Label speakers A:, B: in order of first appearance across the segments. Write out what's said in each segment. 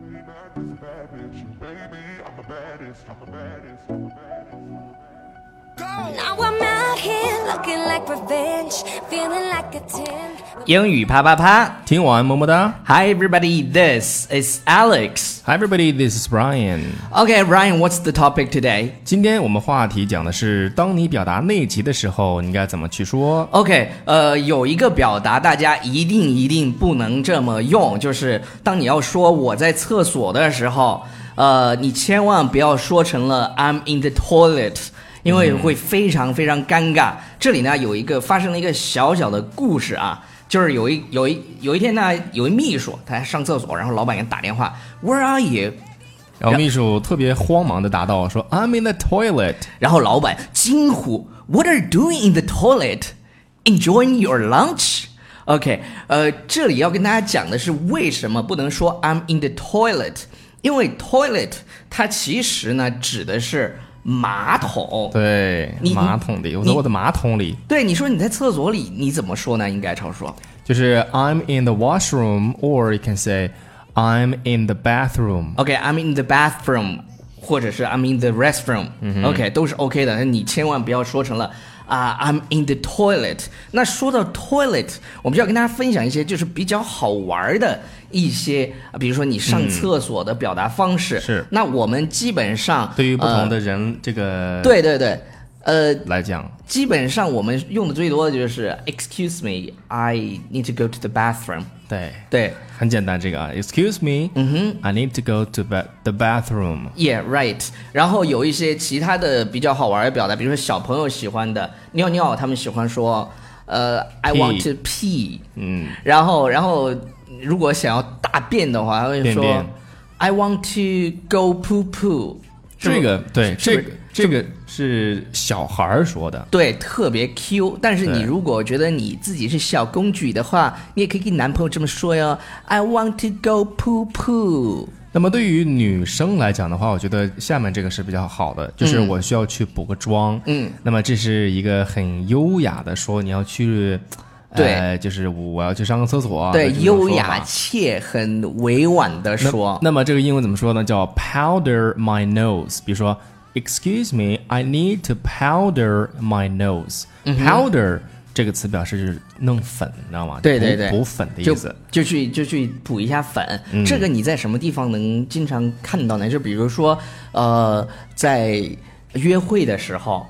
A: bad bitch, bad bitch. Baby, I'm a baddest, I'm a baddest, I'm a baddest.
B: Now I'm out here looking like revenge, feeling like a 10.
C: 英语啪啪啪
D: 听完么么哒。
C: ！Hi everybody, this is Alex.
D: Hi everybody, this is Brian。
C: Okay, Ryan, what's the topic today?
D: 今天我们话题讲的是，当你表达内急的时候，你该怎么去说？
C: OK，呃，有一个表达大家一定一定不能这么用，就是当你要说我在厕所的时候，呃，你千万不要说成了 I'm in the toilet，因为会非常非常尴尬。这里呢有一个发生了一个小小的故事啊。就是有一有一有一天呢，有一秘书他上厕所，然后老板给他打电话，Where are you？
D: 然后秘书特别慌忙的答道：“说 I'm in the toilet。
C: 然后老板惊呼：“What are you doing in the toilet? Enjoying your lunch?” OK，呃，这里要跟大家讲的是为什么不能说 “I'm in the toilet”，因为 toilet 它其实呢指的是马桶。”
D: 对
C: 你，
D: 马桶里，我
C: 你
D: 在我的马桶里，
C: 对，你说你在厕所里，你怎么说呢？应该常说。
D: 就是 I'm in the washroom，or you can say I'm in the bathroom。
C: OK，I'm、in the bathroom，或者是 I'm in the restroom，OK、OK，都是
D: 嗯
C: OK 的。但你千万不要说成了啊、i m in the toilet。那说到 toilet，我们就要跟大家分享一些就是比较好玩的一些，啊比如说你上厕所的表达方式。
D: 嗯是
C: 那我们基本上
D: 对于不同、
C: 呃
D: 的人，这个
C: 对对对，呃，
D: 来讲，
C: 基本上我们用的最多的就是 Excuse me，I need to go to the bathroom。
D: 对，
C: 对。
D: 很简单，这个啊，Excuse me，嗯哼
C: Mm-hmm.
D: ，I need to go to ba- the bathroom。
C: Yeah, right。然后有一些其他的比较好玩的表达，比如说小朋友喜欢的尿尿，他们喜欢说，呃，I
D: Pee
C: want to pee。
D: 嗯，
C: 然后，然后如果想要大便的话，他会
D: 便
C: 说
D: 便
C: I want to go poo poo。是不
D: 这个对，
C: 是
D: 这
C: 不
D: 个
C: 是
D: 这个是小孩儿说的，
C: 对特别 Q。但是你
D: 对
C: 如果觉得你自己是小公举的话，你也可以跟男朋友这么说哟，I want to go poo poo。
D: 那么对于女生来讲的话，我觉得下面这个是比较好的，就是我需要去补个妆。
C: 嗯，
D: 那么这是一个很优雅的说你要去，
C: 对
D: 呃就是我要去上个厕所啊。
C: 对
D: 这，种
C: 优
D: 说
C: 雅
D: 法
C: 且很委婉的
D: 那
C: 说。
D: 那么这个英文怎么说呢？叫 powder my nose。比如说，Excuse me, I need to powder my nose、powder
C: 嗯
D: 这个词表示就是弄粉，你知道吗？
C: 对
D: 补
C: 对对，
D: 补粉的
C: 就
D: 意思。嗯
C: 就去就去补一下粉。这个你在什么地方能经常看到呢？就比如说，呃，在约会的时候，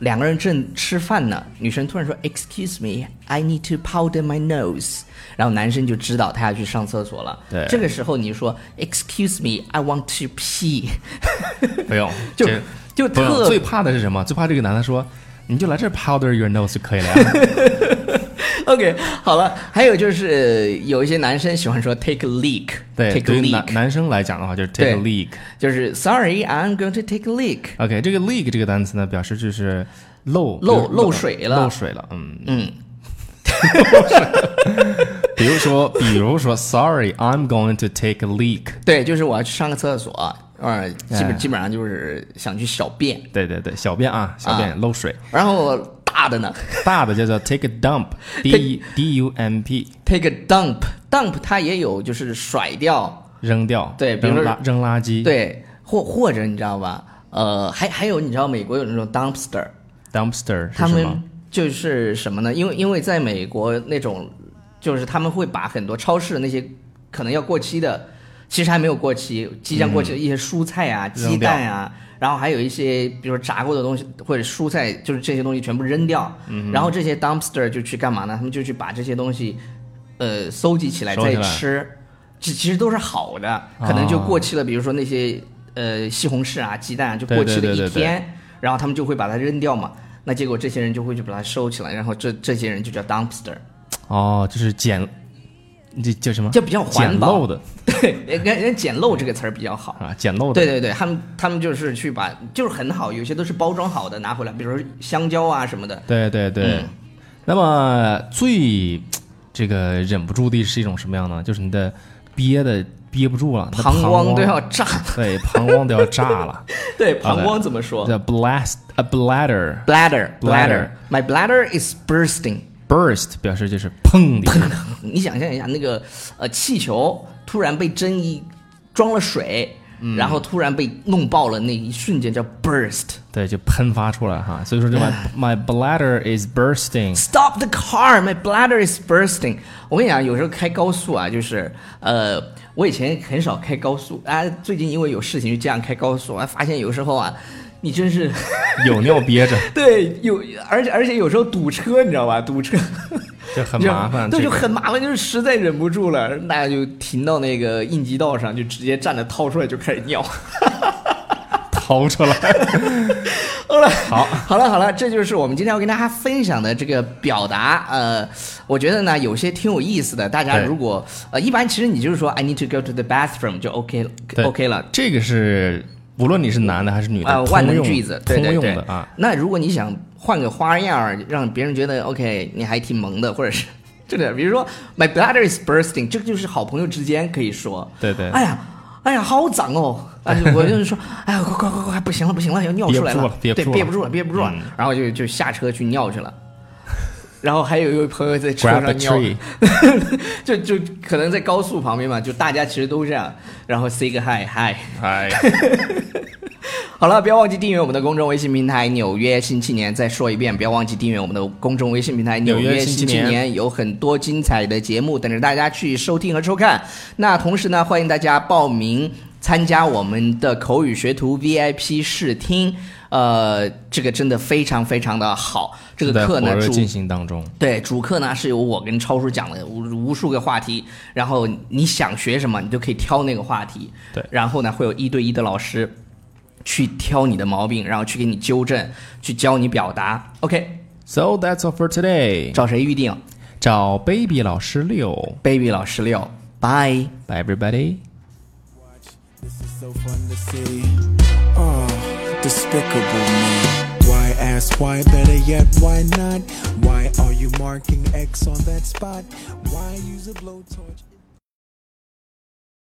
C: 两个人正吃饭呢，女生突然说：“Excuse me, I need to powder my nose。”然后男生就知道他要去上厕所了。
D: 对
C: 这个时候你说：“Excuse me, I want to pee。
D: 不用，
C: 就
D: 这
C: 就
D: 不用
C: 特
D: 最怕的是什么？最怕这个男的说，你就来这儿 powder your nose 就可以了呀。
C: ”OK，好了。还有就是有一些男生喜欢说 “take a leak”，
D: 对，
C: take a
D: 对于
C: leak
D: 男。男生来讲的话，就是 take a
C: 对
D: leak。
C: 就是 Sorry, I'm going to take a leak。
D: OK，这个 leak 这个单词呢，表示就是漏
C: 漏
D: 就是
C: 漏水了
D: 漏水了。嗯，
C: 嗯，
D: 比如说，比如说，Sorry，I'm going to take a leak。
C: 对，就是我要去上个厕所，呃，基
D: 哎
C: 本基本上就是想去小便，
D: 对对对，小便啊，小便、
C: 啊
D: 漏水，
C: 然后大的呢
D: 大的叫做 take a dump，d d u m p，
C: ，take a dump，dump 它也有就是甩掉，
D: 扔掉，
C: 对比如
D: 扔
C: 说
D: 垃扔垃圾，
C: 对，或或者你知道吧，呃，还还有你知道美国有那种 dumpster，
D: ，dumpster 是
C: 他
D: 什
C: 们
D: 么？
C: 就是什么呢？因为因为在美国那种，就是他们会把很多超市的那些可能要过期的，其实还没有过期，即将过期的一些蔬菜啊、
D: 扔
C: 鸡蛋啊，然后还有一些比如说炸过的东西或者蔬菜，就是这些东西全部扔掉。
D: 嗯
C: 然后这些 dumpster 就去干嘛呢？他们就去把这些东西，呃，搜集起来
D: 收起
C: 再
D: 来
C: 吃。其其实都是好的，可能就过期了。比如说那些呃西红柿啊、鸡蛋啊，就过期了
D: 对对对
C: 一天，
D: 对对
C: 然后他们就会把它扔掉嘛。那结果这些人就会去把它收起来，然后这这些人就叫 dumpster，
D: 哦，就是捡，这叫什么？
C: 就比较环
D: 捡
C: 保
D: 漏的
C: 对，人人捡漏这个词儿比较好。
D: 啊，捡漏的，
C: 对对对，他们他们就是去把，就是很好，有些都是包装好的拿回来，比如说香蕉啊什么的。
D: 对对对。
C: 嗯
D: 那么最这个忍不住的是一种什么样呢？就是你的憋的憋不住了，你的
C: 膀胱
D: 胱
C: 都要炸，
D: 对膀胱都要炸了。
C: 对，膀胱怎么说
D: 叫 blast a bladder
C: ？bladder
D: Bladder
C: bladder，my bladder is bursting。
D: burst 表 示就是砰的一声，
C: 你想象一下，那个呃气球突然被针一装了水，然后突然被弄爆了，那一瞬间叫 burst。
D: 对，就喷发出来哈。所以说，
C: 哎
D: 这 my my bladder is bursting。
C: Stop the car, my bladder is bursting。我跟你讲，有时候开高速啊，就是呃，我以前很少开高速，啊，最近因为有事情就这样开高速，啊，发现有时候啊，你真是
D: 有尿憋着，
C: 对有，而且而且有时候堵车，你知道吧？堵车
D: 这很麻烦。
C: 对，
D: 这
C: 就
D: 个
C: 很麻烦，就是实在忍不住了，那就停到那个应急道上，就直接站着掏出来就开始尿。
D: 掏出来。
C: 好了，
D: 好，
C: 好了，好了，这就是我们今天要跟大家分享的这个表达。呃，我觉得呢，有些挺有意思的。大家
D: 对
C: 如果呃，一般其实你就是说 I need to go to the bathroom 就 OK 了
D: 对
C: ，OK 了。
D: 这个是无论你是男的还是女的，
C: 啊、万
D: 通
C: 能
D: 用
C: 句子，对
D: 通
C: 对
D: 用
C: 对
D: 的啊。。
C: 那如果你想换个花样儿，让别人觉得 OK，你还挺萌的，或者是真的，比如说 My bladder is bursting，这个就是好朋友之间可以说。
D: 对对
C: 哎呀，哎呀，好脏哦！哎，我就是说，哎呀，快快快快，不行了不行了，要尿出来
D: 憋不
C: 对，
D: 住了嗯
C: 憋不住了，憋不住了，然后就就下车去尿去了。然后还有一位朋友在车
D: Grab
C: 上
D: a
C: 尿
D: tree
C: 就就可能在高速旁边嘛，就大家其实都这样，然后 say 个 hi hi，
D: 哎，
C: 好了，不要忘记订阅我们的公众微信平台《纽约新青年》。再说一遍，不要忘记订阅我们的公众微信平台《纽
D: 纽
C: 约
D: 约
C: 新
D: 新
C: 青
D: 青
C: 年
D: 年》，
C: 有很多精彩的节目等着大家去收听和收看。那同时呢，欢迎大家报名参加我们的口语学徒 VIP 试听。呃，这个真的非常非常的好，这个
D: 在火
C: 课呢
D: 热
C: 主
D: 进行当中，
C: 对，主课呢是由我跟超叔讲了无无数个话题，然后你想学什么，你就可以挑那个话题。
D: 对
C: 然后呢会有一对一的老师去挑你的毛病，然后去给你纠正，去教你表达。OK，
D: So that's all for today。
C: 找谁预定
D: 找 Baby 老师六
C: ？Baby 老师六，Bye。
D: ，Bye everybody。
E: This is so fun to see. Oh, despicable me. Why ask why? Better yet, why not? Why are you marking X on that spot? Why use a blowtorch?